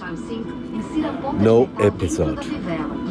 5, insira a ponta No de metal dentro episode. da fivela.